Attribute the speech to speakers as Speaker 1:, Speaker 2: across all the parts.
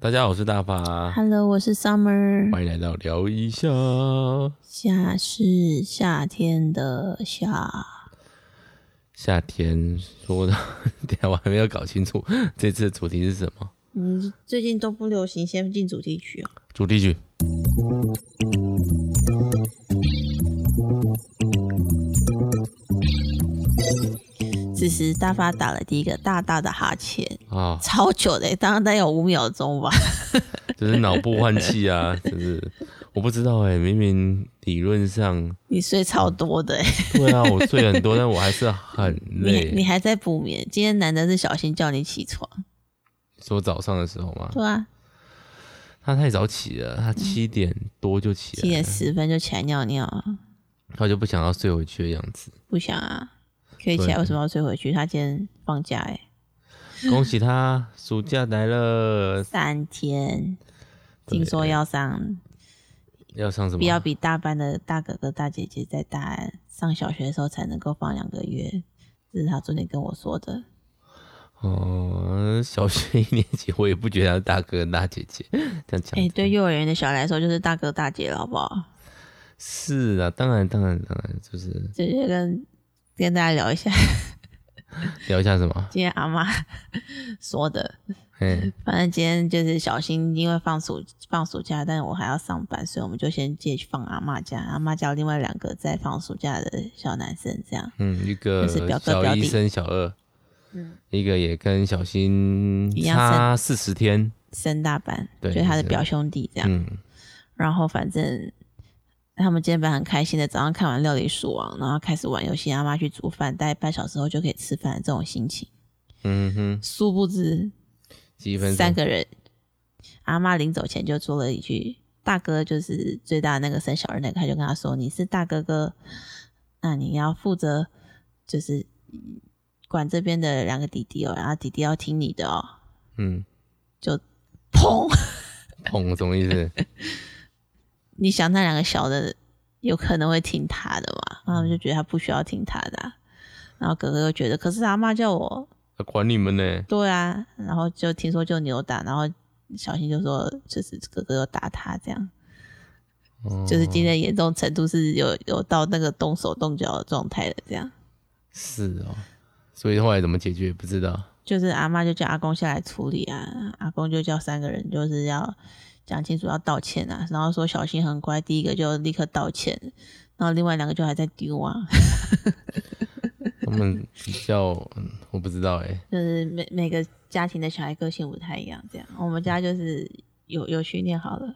Speaker 1: 大家好，我是大发，
Speaker 2: Hello，我是 Summer，
Speaker 1: 欢迎来到聊一下。
Speaker 2: 夏是夏天的夏，
Speaker 1: 夏天说的， 等一下我还没有搞清楚 这次的主题是什么。
Speaker 2: 你最近都不流行先进主题曲哦。
Speaker 1: 主题曲
Speaker 2: 此时大发打了第一个大大的哈欠，
Speaker 1: 啊，
Speaker 2: 超久的，欸大概有五秒钟吧。
Speaker 1: 就是脑部换气啊， 就是我不知道哎、明明理论上
Speaker 2: 你睡超多的，欸
Speaker 1: 对啊，我睡很多，但我还是很
Speaker 2: 你你
Speaker 1: 累。
Speaker 2: 还在补眠。今天难得是小新叫你起床，
Speaker 1: 说早上的时候嘛，
Speaker 2: 对啊，
Speaker 1: 他太早起了，他七点多就起
Speaker 2: 嗯七
Speaker 1: 来
Speaker 2: 点
Speaker 1: 了，
Speaker 2: 十分就起来尿尿啊，
Speaker 1: 他就不想要睡回去的样子。
Speaker 2: 不想啊，可以起
Speaker 1: 对
Speaker 2: 来为什么要睡回去？他今天放假哎，
Speaker 1: 恭喜他，暑假来了，
Speaker 2: 三天，
Speaker 1: 对
Speaker 2: 听说要上
Speaker 1: 要上什么？
Speaker 2: 不要比大班的大哥哥大姐姐在大上小学的时候才能够放两个月，这是他昨天跟我说的。
Speaker 1: 哦，小学一年级我也不觉得他是大哥跟大姐姐，这样讲、
Speaker 2: 哎、对幼儿园的小孩来说就是大哥大姐了，好不好？
Speaker 1: 是啊，当然当然当然，就是
Speaker 2: 直接跟跟大家聊一下
Speaker 1: 聊一下什么，
Speaker 2: 今天阿妈 说的。
Speaker 1: 嗯，
Speaker 2: 反正今天就是小新因为放暑放暑假，但是我还要上班，所以我们就先借去放阿妈家。阿妈家有另外两个在放暑假的小男生，这样
Speaker 1: 嗯，一个
Speaker 2: 就是表哥
Speaker 1: 小
Speaker 2: 表
Speaker 1: 一
Speaker 2: 弟
Speaker 1: 升小二，
Speaker 2: 嗯，
Speaker 1: 一个也跟小新
Speaker 2: 一样
Speaker 1: 差四十天，
Speaker 2: 升大班，
Speaker 1: 对
Speaker 2: 就是他的
Speaker 1: 是
Speaker 2: 表兄弟这样。
Speaker 1: 嗯，
Speaker 2: 然后反正他们今天本来很开心的，早上看完《料理鼠王》，然后开始玩游戏，阿妈去煮饭，大概半小时后就可以吃饭，这种心情。
Speaker 1: 嗯哼，
Speaker 2: 殊不知，
Speaker 1: 积分
Speaker 2: 三个人，阿妈临走前就说了一句：“大哥就是最大的那个生小二那个，他就跟他说，你是大哥哥，那你要负责就是管这边的两个弟弟哦，然后弟弟要听你的哦。
Speaker 1: 嗯，”
Speaker 2: 就砰！
Speaker 1: 碰什么意思？
Speaker 2: 你想那两个小的有可能会听他的嘛？然后他们就觉得他不需要听他的啊、然后哥哥又觉得，可是阿妈叫我，
Speaker 1: 管你们 呢？
Speaker 2: 对啊，然后就听说就扭打，然后小新就说就是哥哥又打他这样，
Speaker 1: 哦
Speaker 2: 就是今天严重程度是有有到那个动手动脚的状态了，这样
Speaker 1: 是哦，所以后来怎么解决不知道。
Speaker 2: 就是阿妈就叫阿公下来处理啊，阿公就叫三个人就是要讲清楚要道歉啊，然后说小新很乖，第一个就立刻道歉，然后另外两个就还在丢啊。
Speaker 1: 他们比较，嗯我不知道哎、
Speaker 2: 就是每每个家庭的小孩个性不太一样，这样我们家就是有有训练好了，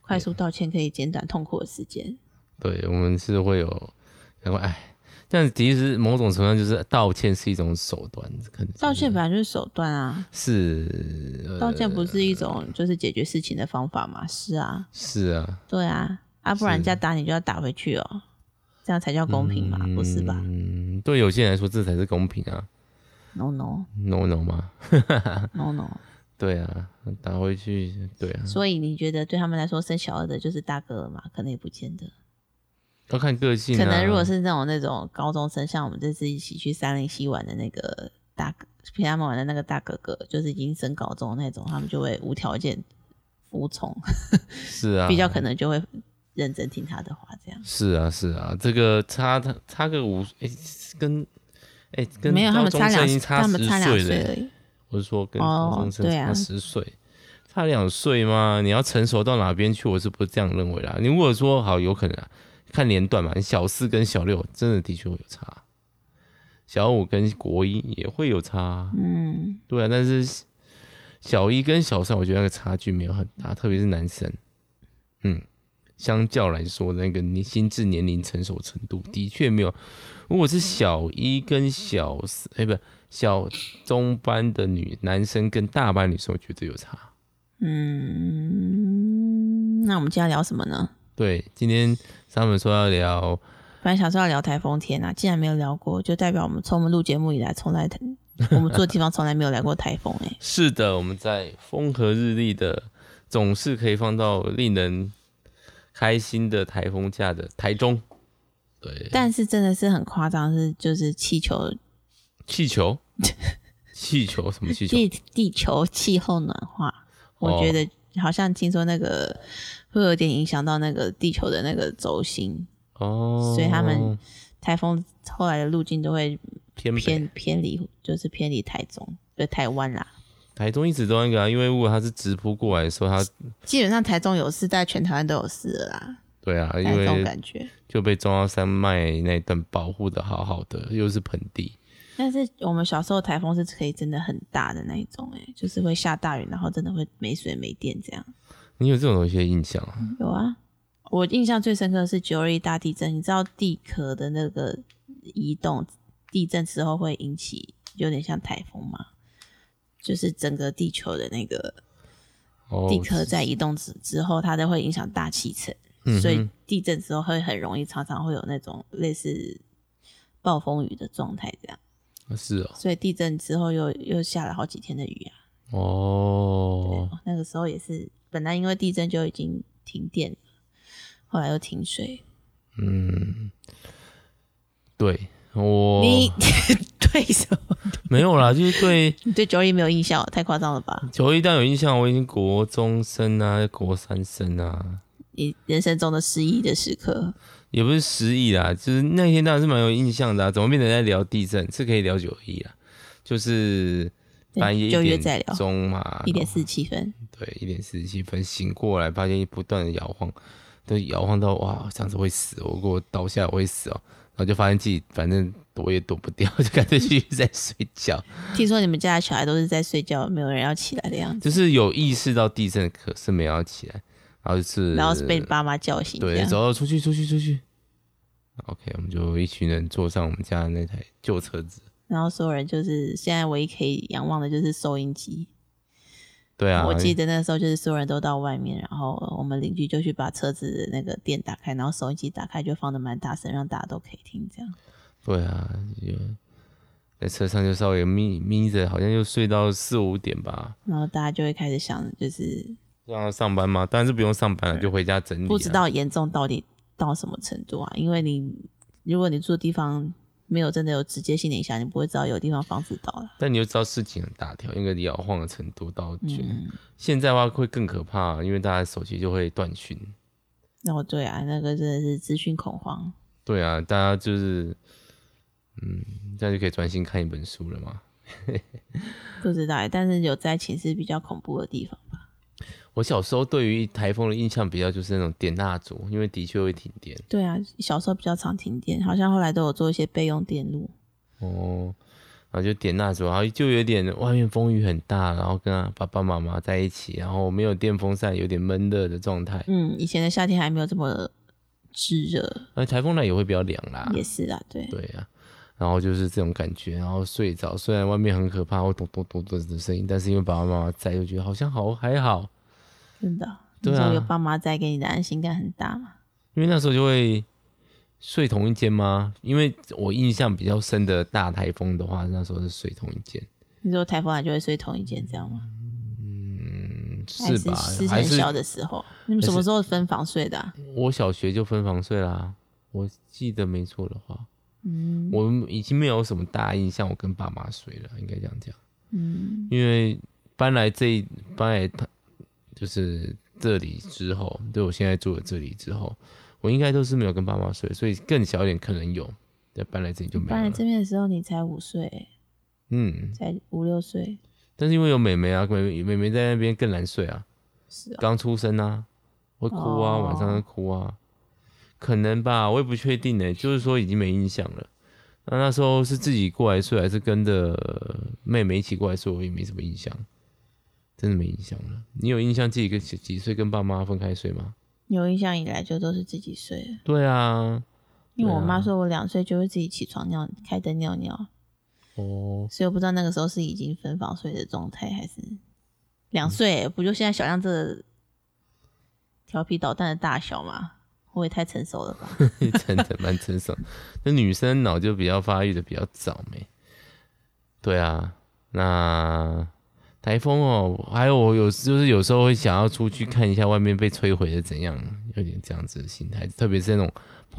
Speaker 2: 快速道歉可以减短痛苦的时间。
Speaker 1: 对，我们是会有，然后哎，但其实某种程度上就是道歉是一种手段，可能
Speaker 2: 道歉本来就是手段啊，
Speaker 1: 是呃
Speaker 2: 道歉不是一种就是解决事情的方法嘛？是啊，
Speaker 1: 是啊，
Speaker 2: 对啊，啊不然人家打你就要打回去哦，这样才叫公平嘛？不是吧
Speaker 1: 嗯，对有些人来说这才是公平啊
Speaker 2: ？No No
Speaker 1: ，no no 嘛，
Speaker 2: No No。
Speaker 1: 对啊，打回去，对啊，
Speaker 2: 所以你觉得对他们来说生小二的就是大哥了嘛？可能也不见得。
Speaker 1: 要看个性、啊，
Speaker 2: 可能如果是那种那种高中生，像我们这次一起去三零七玩的那个大哥，陪他们玩的那个大哥哥，就是已经升高中那种，他们就会无条件服从，
Speaker 1: 是啊，
Speaker 2: 比较可能就会认真听他的话，这样。
Speaker 1: 是啊是啊，这个差他差个五，哎、跟哎、跟
Speaker 2: 没有，他们
Speaker 1: 高
Speaker 2: 差
Speaker 1: 中生
Speaker 2: 两
Speaker 1: 已经，差
Speaker 2: 他们
Speaker 1: 10
Speaker 2: 差两
Speaker 1: 了
Speaker 2: 岁
Speaker 1: 欸
Speaker 2: 而已。
Speaker 1: 我是说跟
Speaker 2: 哦
Speaker 1: 高中生
Speaker 2: 对啊
Speaker 1: 差十岁，差两岁吗？你要成熟到哪边去？我是不这样认为啦。你如果说好，有可能啊，看年段嘛，你小四跟小六真的的确会有差，小五跟国一也会有差，
Speaker 2: 嗯，
Speaker 1: 对啊。但是小一跟小三，我觉得那个差距没有很大，特别是男生，嗯，相较来说，那个你心智年龄成熟程度的确没有。如果是小一跟小四，哎、不，小中班的女男生跟大班女生，我觉得有差。
Speaker 2: 嗯，那我们今天要聊什么呢？
Speaker 1: 对，今天他们说要聊，
Speaker 2: 本来想说要聊台风天啊，既然没有聊过，就代表我们从我们录节目以来，从来我们住的地方从来没有来过台风 哎、
Speaker 1: 是的，我们在风和日丽的，总是可以放到令人开心的台风假的台中。对，
Speaker 2: 但是真的是很夸张，是就是气球
Speaker 1: 气球，气球什么气球？
Speaker 2: 地地球气候暖化，我
Speaker 1: 哦
Speaker 2: 觉得好像听说那个会有点影响到那个地球的那个轴心，
Speaker 1: 哦，
Speaker 2: 所以他们台风后来的路径都会
Speaker 1: 偏北
Speaker 2: 偏偏离，就是偏离台中，就台湾啦。
Speaker 1: 台中一直都那个啊，因为如果它是直扑过来的时候，它
Speaker 2: 基本上台中有事，在全台湾都有事了啦，
Speaker 1: 对啊，因
Speaker 2: 那种
Speaker 1: 为
Speaker 2: 感觉。
Speaker 1: 就被中央山脉那一段保护的好好的，又是盆地，
Speaker 2: 但是我们小时候台风是可以真的很大的那一种、欸，就是会下大雨，然后真的会没水没电这样。
Speaker 1: 你有这种有些印象啊？
Speaker 2: 有啊，我印象最深刻的是九二一大地震。你知道地壳的那个移动，地震之后会引起有点像台风吗？就是整个地球的那个
Speaker 1: 哦，
Speaker 2: 地壳在移动之之后，它都会影响大气层，
Speaker 1: 嗯哼
Speaker 2: 所以地震之后会很容易常常会有那种类似暴风雨的状态这样。
Speaker 1: 是哦，
Speaker 2: 所以地震之后又又下了好几天的雨啊。
Speaker 1: 哦，
Speaker 2: 那个时候也是，本来因为地震就已经停电了，后来又停水。
Speaker 1: 嗯，对我
Speaker 2: 你 对什么？
Speaker 1: 没有啦，就是对
Speaker 2: 你对九一没有印象，太夸张了吧？
Speaker 1: 九一旦有印象，我已经国中生啊，国三生啊，
Speaker 2: 你人生中的失忆的时刻，
Speaker 1: 也不是失忆啦，就是那天当然是蛮有印象的、啊。怎么变成在聊地震？是可以聊九一啦，就是
Speaker 2: 对
Speaker 1: 半夜
Speaker 2: 就约
Speaker 1: 一
Speaker 2: 再
Speaker 1: 点
Speaker 2: 聊
Speaker 1: 钟嘛，
Speaker 2: 一点四十七分，
Speaker 1: 对，一点四十七分醒过来，发现不断的摇晃，都摇晃到哇，这样子会死哦，如果我倒下来我会死哦，然后就发现自己反正躲也躲不掉， 就干脆继续在睡觉，
Speaker 2: 听说你们家的小孩都是在睡觉，没有人要起来的样
Speaker 1: 就
Speaker 2: 子，
Speaker 1: 是有意识到地震，可是没有要起来，然后就是
Speaker 2: 然后是被你爸妈叫醒，这
Speaker 1: 对，
Speaker 2: 样
Speaker 1: 走出去出去出去。OK，我们就一群人坐上我们家的那台旧车子。
Speaker 2: 然后所有人就是现在唯一可以仰望的就是收音机。
Speaker 1: 对啊，
Speaker 2: 我记得那时候就是所有人都到外面，然后我们邻居就去把车子的那个电打开，然后收音机打开就放的蛮大声，让大家都可以听这样。
Speaker 1: 对啊，就在车上就稍微眯眯着，好像又睡到四五点吧。
Speaker 2: 然后大家就会开始想，就是
Speaker 1: 让他上班吗？当然是不用上班了，就回家整理、啊。
Speaker 2: 不知道严重到底到什么程度啊？因为你如果你住的地方没有真的有直接性的影响，你不会知道有地方房子倒了。
Speaker 1: 但你就知道事情很大条，因为摇晃的程度到觉得、
Speaker 2: 嗯
Speaker 1: 现在的话会更可怕，因为大家手机就会断讯。
Speaker 2: 那我对啊，那个真的是资讯恐慌。
Speaker 1: 对啊，大家就是嗯，这样就可以专心看一本书了嘛。
Speaker 2: 不知道欸，但是有灾情是比较恐怖的地方吧？
Speaker 1: 我小时候对于台风的印象比较就是那种点蜡烛，因为的确会停电
Speaker 2: 对啊，小时候比较常停电，好像后来都有做一些备用电路。
Speaker 1: 哦，然后就点蜡烛，然后就有点外面风雨很大，然后跟他爸爸妈妈在一起，然后没有电风扇，有点闷热的状态。
Speaker 2: 嗯，以前的夏天还没有这么炙热，
Speaker 1: 那呃台风来也会比较凉啦，
Speaker 2: 也是啦，对。
Speaker 1: 啊对啊，然后就是这种感觉，然后睡着，虽然外面很可怕，会咚咚咚咚的声音，但是因为爸爸妈妈在，又觉得好像好还好，
Speaker 2: 真的，
Speaker 1: 对
Speaker 2: 你
Speaker 1: 啊
Speaker 2: 说有爸妈在，给你的安心感很大嘛。
Speaker 1: 因为那时候就会睡同一间吗？因为我印象比较深的大台风的话，那时候是睡同一间，
Speaker 2: 你说台风来就会睡同一间，这样吗？
Speaker 1: 嗯，
Speaker 2: 还
Speaker 1: 是
Speaker 2: 是
Speaker 1: 吧？
Speaker 2: 是
Speaker 1: 还
Speaker 2: 很
Speaker 1: 是
Speaker 2: 小的时候，你们什么时候分房睡的啊、
Speaker 1: 我小学就分房睡啦，我记得没错的话，
Speaker 2: 嗯
Speaker 1: 我已经没有什么大印象，我跟爸妈睡了，应该这样讲。
Speaker 2: 嗯，
Speaker 1: 因为搬来这一搬来他就是这里之后，对我现在住的这里之后，我应该都是没有跟爸妈睡，所以更小一点可能有，但搬来这里就没
Speaker 2: 搬
Speaker 1: 有
Speaker 2: 来
Speaker 1: 了。
Speaker 2: 这边的时候你才五岁，
Speaker 1: 嗯，
Speaker 2: 才五六岁，
Speaker 1: 但是因为有妹妹啊，妹妹妹妹在那边更难睡啊，
Speaker 2: 是啊、
Speaker 1: 刚出生啊，会哭啊，
Speaker 2: 哦
Speaker 1: 晚上会哭啊，可能吧，我也不确定呢、就是说已经没印象了。那那时候是自己过来睡，还是跟着妹妹一起过来睡？我也没什么印象，真的没印象了。你有印象自己跟几几岁跟爸妈分开睡吗？
Speaker 2: 有印象以来就都是自己睡了，
Speaker 1: 对啊，
Speaker 2: 因为我
Speaker 1: 对啊
Speaker 2: 妈说我两岁就会自己起床尿开灯尿尿，
Speaker 1: 哦，
Speaker 2: 所以我不知道那个时候是已经分房睡的状态还是
Speaker 1: 嗯
Speaker 2: 两岁、欸不就现在小亮这个调皮捣蛋的大小嘛，我也太成熟了吧？
Speaker 1: 真的蛮成熟。那女生脑就比较发育的比较早没？对啊，那台风哦，还有我有就是有时候会想要出去看一下外面被摧毁的怎样，有点这样子的心态，特别是那种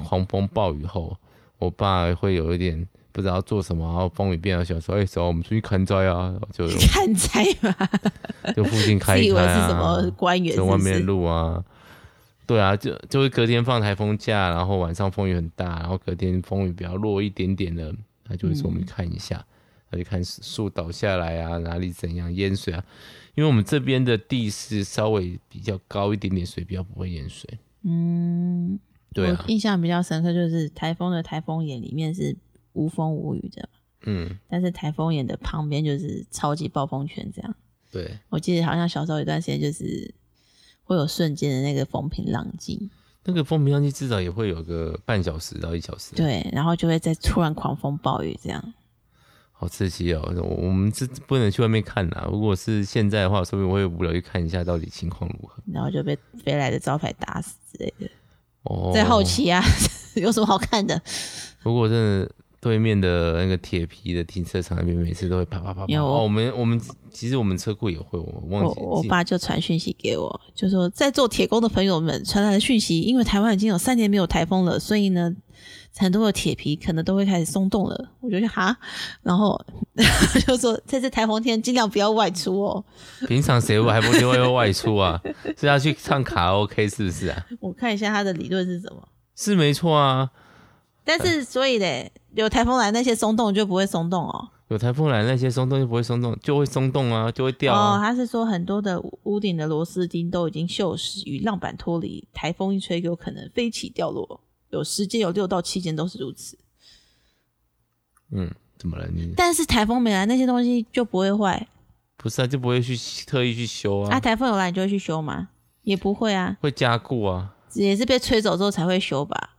Speaker 1: 狂风暴雨后，我爸会有一点。不知道做什么，然后风雨变了，想说哎，走、我们出去看灾啊，然后就
Speaker 2: 看猜
Speaker 1: 啊
Speaker 2: 吧，
Speaker 1: 就附近开
Speaker 2: 自
Speaker 1: 一
Speaker 2: 以为
Speaker 1: 开
Speaker 2: 是
Speaker 1: 啊，
Speaker 2: 什么官员是
Speaker 1: 在外
Speaker 2: 不
Speaker 1: 面
Speaker 2: 是？
Speaker 1: 录啊。对啊，就就是隔天放台风假，然后晚上风雨很大，然后隔天风雨比较弱一点点了，他就会说我
Speaker 2: 嗯
Speaker 1: 们去看一下，他就看树倒下来啊，哪里怎样淹水啊，因为我们这边的地势稍微比较高一点点，水比较不会淹水。
Speaker 2: 嗯，
Speaker 1: 对啊
Speaker 2: 我，印象比较深刻就是台风的台风眼里面是无风无雨的，
Speaker 1: 嗯，
Speaker 2: 但是台风眼的旁边就是超级暴风圈这样。
Speaker 1: 对。
Speaker 2: 我记得好像小时候有一段时间就是会有瞬间的那个风平浪静，
Speaker 1: 那个风平浪静至少也会有个半小时到一小时，，啊
Speaker 2: 对，然后就会再突然狂风暴雨这样。
Speaker 1: 好刺激哦！我我们是不能去外面看啦。如果是现在的话，说不定我会无聊去看一下到底情况如何。
Speaker 2: 然后就被飞来的招牌打死之类的，
Speaker 1: 哦，
Speaker 2: 在后期啊， 有什么好看的？
Speaker 1: 如果真的对面的那个铁皮的停车场那边，每次都会啪啪啪啪。
Speaker 2: 因为我
Speaker 1: 哦，我们我们其实我们车库也会，我忘
Speaker 2: 我
Speaker 1: 记
Speaker 2: 我
Speaker 1: 记
Speaker 2: 爸就传讯息给我，就说在做铁工的朋友们传来的讯息，因为台湾已经有三年没有台风了，所以呢，很多的铁皮可能都会开始松动了。我就说哈，然后 就说这次台风天尽量不要外出哦。
Speaker 1: 平常谁会还不另外要外出啊？是要去唱卡拉 OK 是不是啊？
Speaker 2: 我看一下他的理论是什么，
Speaker 1: 是没错啊。
Speaker 2: 但是所以嘞，有台风来那些松动就不会松动哦。
Speaker 1: 有台风来，那些松动就不会松动，就会松动啊，就会掉
Speaker 2: 哦，
Speaker 1: 啊。
Speaker 2: 他是说很多的屋顶的螺丝钉都已经锈蚀，与浪板脱离，台风一吹有可能飞起掉落，有时间有六到七间都是如此。
Speaker 1: 嗯，怎么了？你
Speaker 2: 但是台风没来，那些东西就不会坏。
Speaker 1: 不是啊，就不会去特意去修
Speaker 2: 啊，
Speaker 1: 啊，
Speaker 2: 台风有来你就会去修吗？也不会啊，
Speaker 1: 会加固啊。
Speaker 2: 也是被吹走之后才会修吧。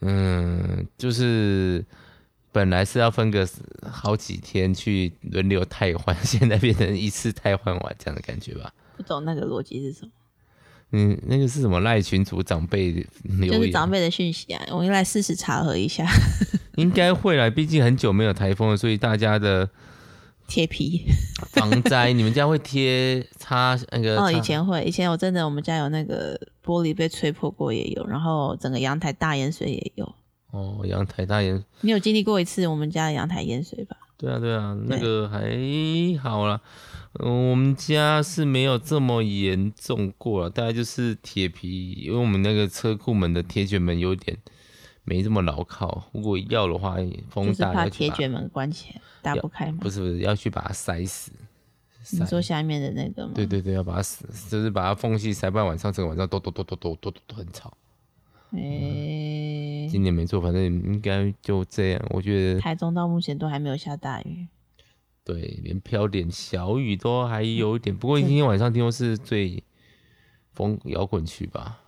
Speaker 1: 嗯，就是本来是要分个好几天去轮流汰换，现在变成一次汰换完这样的感觉吧。
Speaker 2: 不懂那个逻辑是什么，
Speaker 1: 嗯，那个是什么赖群主长辈留
Speaker 2: 就是
Speaker 1: 言
Speaker 2: 长，辈的讯息啊，我们来事实查核一下。
Speaker 1: 应该会啦，毕竟很久没有台风了，所以大家的
Speaker 2: 贴皮
Speaker 1: 防 灾，你们家会贴擦那个
Speaker 2: 哦，
Speaker 1: 擦
Speaker 2: 以前会，以前我真的我们家有那个玻璃被吹破过也有，然后整个阳台大淹水也有。
Speaker 1: 哦阳台大檐，
Speaker 2: 你有经历过一次我们家的阳台淹水吧？
Speaker 1: 对啊对啊，那
Speaker 2: 对
Speaker 1: 个还好啦。嗯，我们家是没有这么严重过了，大概就是铁皮，因为我们那个车库门的铁卷门有点没这么牢靠。如果要的话，风
Speaker 2: 就是
Speaker 1: 大
Speaker 2: 怕
Speaker 1: 要去
Speaker 2: 铁
Speaker 1: 把
Speaker 2: 卷门关起来打不开嘛
Speaker 1: 不。是不是要去把它塞死。
Speaker 2: 你
Speaker 1: 塞
Speaker 2: 说下面的那个吗？
Speaker 1: 对对对，要把它死，就是把它缝隙塞半晚上，整个晚上都都都都都都都很吵。
Speaker 2: 诶、
Speaker 1: 今年没做，反正应该就这样。我觉得
Speaker 2: 哎台中到目前都还没有下大雨，
Speaker 1: 对，连飘点小雨都还有一点。
Speaker 2: 嗯
Speaker 1: 不过今天晚上听说是最风摇滚区吧，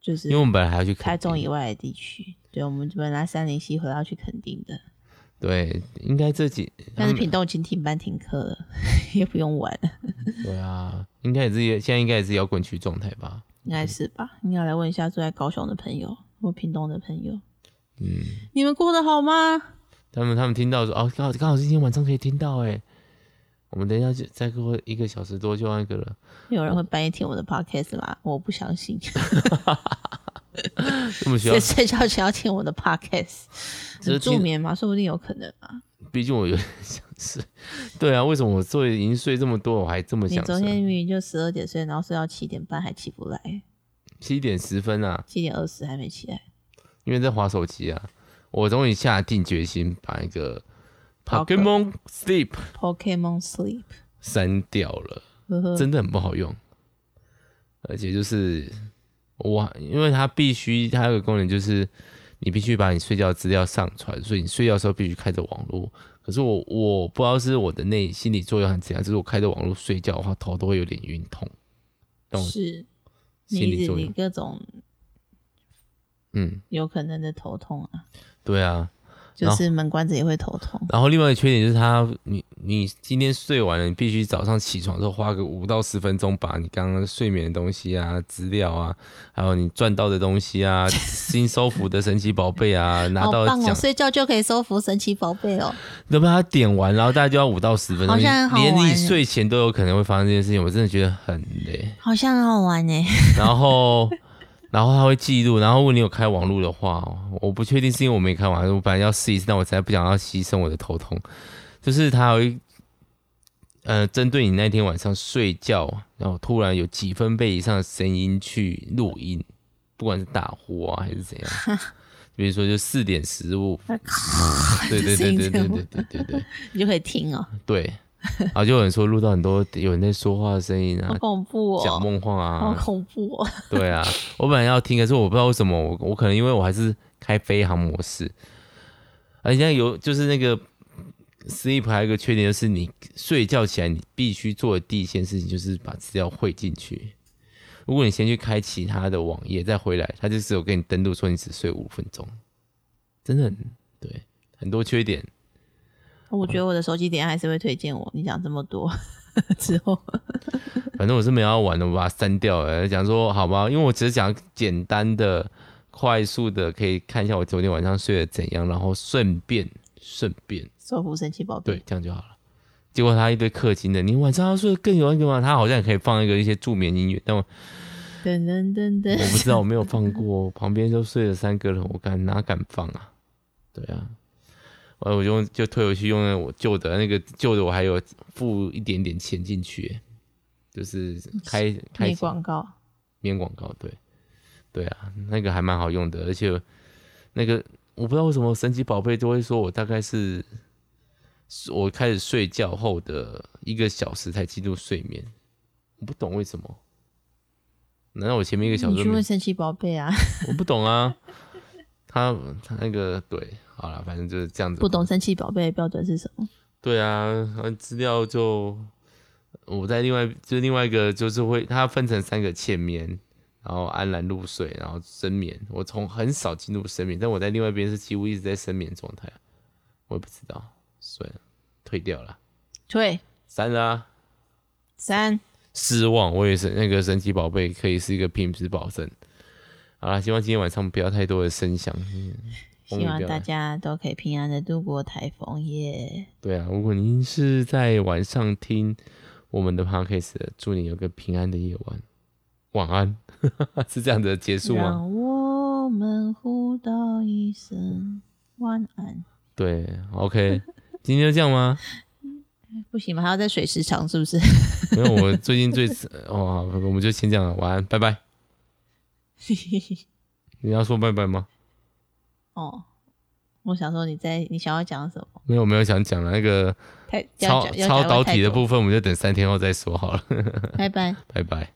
Speaker 2: 就是
Speaker 1: 因为我们本来还要去垦
Speaker 2: 台中
Speaker 1: 丁
Speaker 2: 以外的地区。对，我们本来三零七回来要去垦丁的，
Speaker 1: 对，应该这几他
Speaker 2: 但是
Speaker 1: 们
Speaker 2: 屏东已经停班停课了， 也不用玩了，
Speaker 1: 对啊，应该也是现在应该也是摇滚区状态吧。
Speaker 2: 应该是吧？应该来问一下住在高雄的朋友或屏东的朋友，
Speaker 1: 嗯，
Speaker 2: 你们过得好吗？
Speaker 1: 他们他们听到说哦，刚好刚好今天晚上可以听到哎，我们等一下就再过一个小时多就那个了。
Speaker 2: 有人会半夜听我的 podcast 吗？我不 相信，
Speaker 1: 我们学
Speaker 2: 谁
Speaker 1: 校，
Speaker 2: 睡觉前要听我的 podcast？
Speaker 1: 就是
Speaker 2: 很助
Speaker 1: 听
Speaker 2: 眠吗？说不定有可能啊。
Speaker 1: 毕竟我有点想睡。对啊，为什么我睡已经睡这么多，我还这么
Speaker 2: 你
Speaker 1: 想
Speaker 2: 昨天
Speaker 1: 睡？
Speaker 2: 明明就十二点睡，然后睡到七点半还起不来，
Speaker 1: 七点十分啊，
Speaker 2: 七点二十还没起来。
Speaker 1: 因为在划手机啊。我终于下定决心把一个
Speaker 2: 好可
Speaker 1: Pokemon Sleep
Speaker 2: Pokemon Sleep，
Speaker 1: 删掉了。
Speaker 2: 呵呵，
Speaker 1: 真的很不好用，而且就是我，因为它必须它有个功能就是你必须把你睡觉的资料上传，所以你睡觉的时候必须开着网络。可是我我不知道是我的内心理作用还是怎样，就是我开着网络睡觉的话，头都会有点晕痛。懂
Speaker 2: 是你
Speaker 1: 心理
Speaker 2: 一直
Speaker 1: 作
Speaker 2: 你
Speaker 1: 用
Speaker 2: 各种
Speaker 1: 嗯，
Speaker 2: 有可能的头痛啊，
Speaker 1: 对啊。
Speaker 2: 就
Speaker 1: 然后
Speaker 2: 是门关着也会头痛。
Speaker 1: 然后另外一个缺点就是它，你你今天睡完了，你必须早上起床之后花个五到十分钟，把你刚刚睡眠的东西啊、资料啊，还有你赚到的东西 啊、新收服的神奇宝贝啊，拿
Speaker 2: 好
Speaker 1: 到
Speaker 2: 棒
Speaker 1: 奖
Speaker 2: 哦！，睡觉就可以收服神奇宝贝哦。
Speaker 1: 都把它点完，然后大家就要五到十分钟，
Speaker 2: 好像很好
Speaker 1: 连
Speaker 2: 玩
Speaker 1: 你
Speaker 2: 耶
Speaker 1: 睡前都有可能会发生这件事情，我真的觉得很累。
Speaker 2: 欸好像很好玩呢、
Speaker 1: 然后，然后他会记录，然后如果你有开网络的话哦，我不确定是因为我没开网，我本来要试一试，但我实在不想要牺牲我的头痛，就是他会呃针对你那天晚上睡觉，然后突然有几分贝以上的声音去录音，不管是打呼啊还是怎样，比如说就四点十五，对对对对对对对对对
Speaker 2: 你就可以听哦，
Speaker 1: 对，然后就有人说录到很多有人在说话的声音
Speaker 2: 好
Speaker 1: 啊，
Speaker 2: 恐怖
Speaker 1: 讲
Speaker 2: 哦，
Speaker 1: 梦话
Speaker 2: 好
Speaker 1: 啊，
Speaker 2: 恐怖哦，
Speaker 1: 对啊，我本来要听，可是我不知道为什么，我我可能因为我还是开飞行模式，啊而且有就是那个 sleep 还有一个缺点就是你睡觉起来你必须做的第一件事情就是把资料汇进去。如果你先去开其他的网页再回来，它就只有给你登录说你只睡五分钟，真的很对很多缺点。
Speaker 2: 我觉得我的手机等一下还是会推荐我。你讲这么多 之后，
Speaker 1: 反正我是没有要玩的，我把它删掉了。讲说好吧，因为我只是讲简单的、快速的，可以看一下我昨天晚上睡得怎样，然后顺便顺便
Speaker 2: 收服神奇宝贝
Speaker 1: 对，这样就好了。结果他一堆氪金的，你晚上要睡得更有那个吗？他好像也可以放一个一些助眠音乐，但我
Speaker 2: 噔噔噔
Speaker 1: 我不
Speaker 2: 噔，
Speaker 1: 知道，我没有放过，旁边就睡了三个人，我敢哪敢放啊？对啊，完了我就用就退回去用了我旧的那个旧的，我还有付一点点钱进去，就是开开
Speaker 2: 没
Speaker 1: 启
Speaker 2: 广告，
Speaker 1: 免广告，对，对啊，那个还蛮好用的，而且那个我不知道为什么神奇宝贝都会说我大概是是我开始睡觉后的一个小时才进入睡眠，我不懂为什么。难道我前面一个小
Speaker 2: 你
Speaker 1: 时
Speaker 2: 去
Speaker 1: 没
Speaker 2: 问神奇宝贝啊，
Speaker 1: 我不懂啊？他他那个对，好了，反正就是这样子。
Speaker 2: 不懂神奇宝贝的标准是什么？
Speaker 1: 对啊，然后资料就我在另外就另外一个就是会，它分成三个浅眠，然后安然入睡，然后深眠。我从很少进入深眠，但我在另外一边是几乎一直在深眠状态，我也不知道，算了，退掉了，
Speaker 2: 退
Speaker 1: 删了啊、
Speaker 2: 三，
Speaker 1: 失望，我也是那个神奇宝贝可以是一个品质保证。好啦，希望今天晚上不要太多的声响。嗯风雨
Speaker 2: 希望
Speaker 1: 不要
Speaker 2: 大
Speaker 1: 来
Speaker 2: 家都可以平安的度过台风耶。
Speaker 1: 对啊，如果您是在晚上听我们的 podcast，的祝你有个平安的夜晚，晚安， 是这样的结束吗？
Speaker 2: 让我们互道一声晚安。
Speaker 1: 对，OK，今 天就这样吗？
Speaker 2: 不行吗？还要在水时长是不 是？
Speaker 1: 没有，我最近最 哦，好我们就先这样了，晚安，拜拜。你要说拜拜吗？
Speaker 2: 哦，我想说你在你想要讲什么？
Speaker 1: 没有，没有想讲了。那个
Speaker 2: 太要
Speaker 1: 超
Speaker 2: 讲要
Speaker 1: 超
Speaker 2: 讲
Speaker 1: 导体的
Speaker 2: 太久
Speaker 1: 部分，我们就等三天后再说好了。
Speaker 2: 拜拜。
Speaker 1: 拜拜。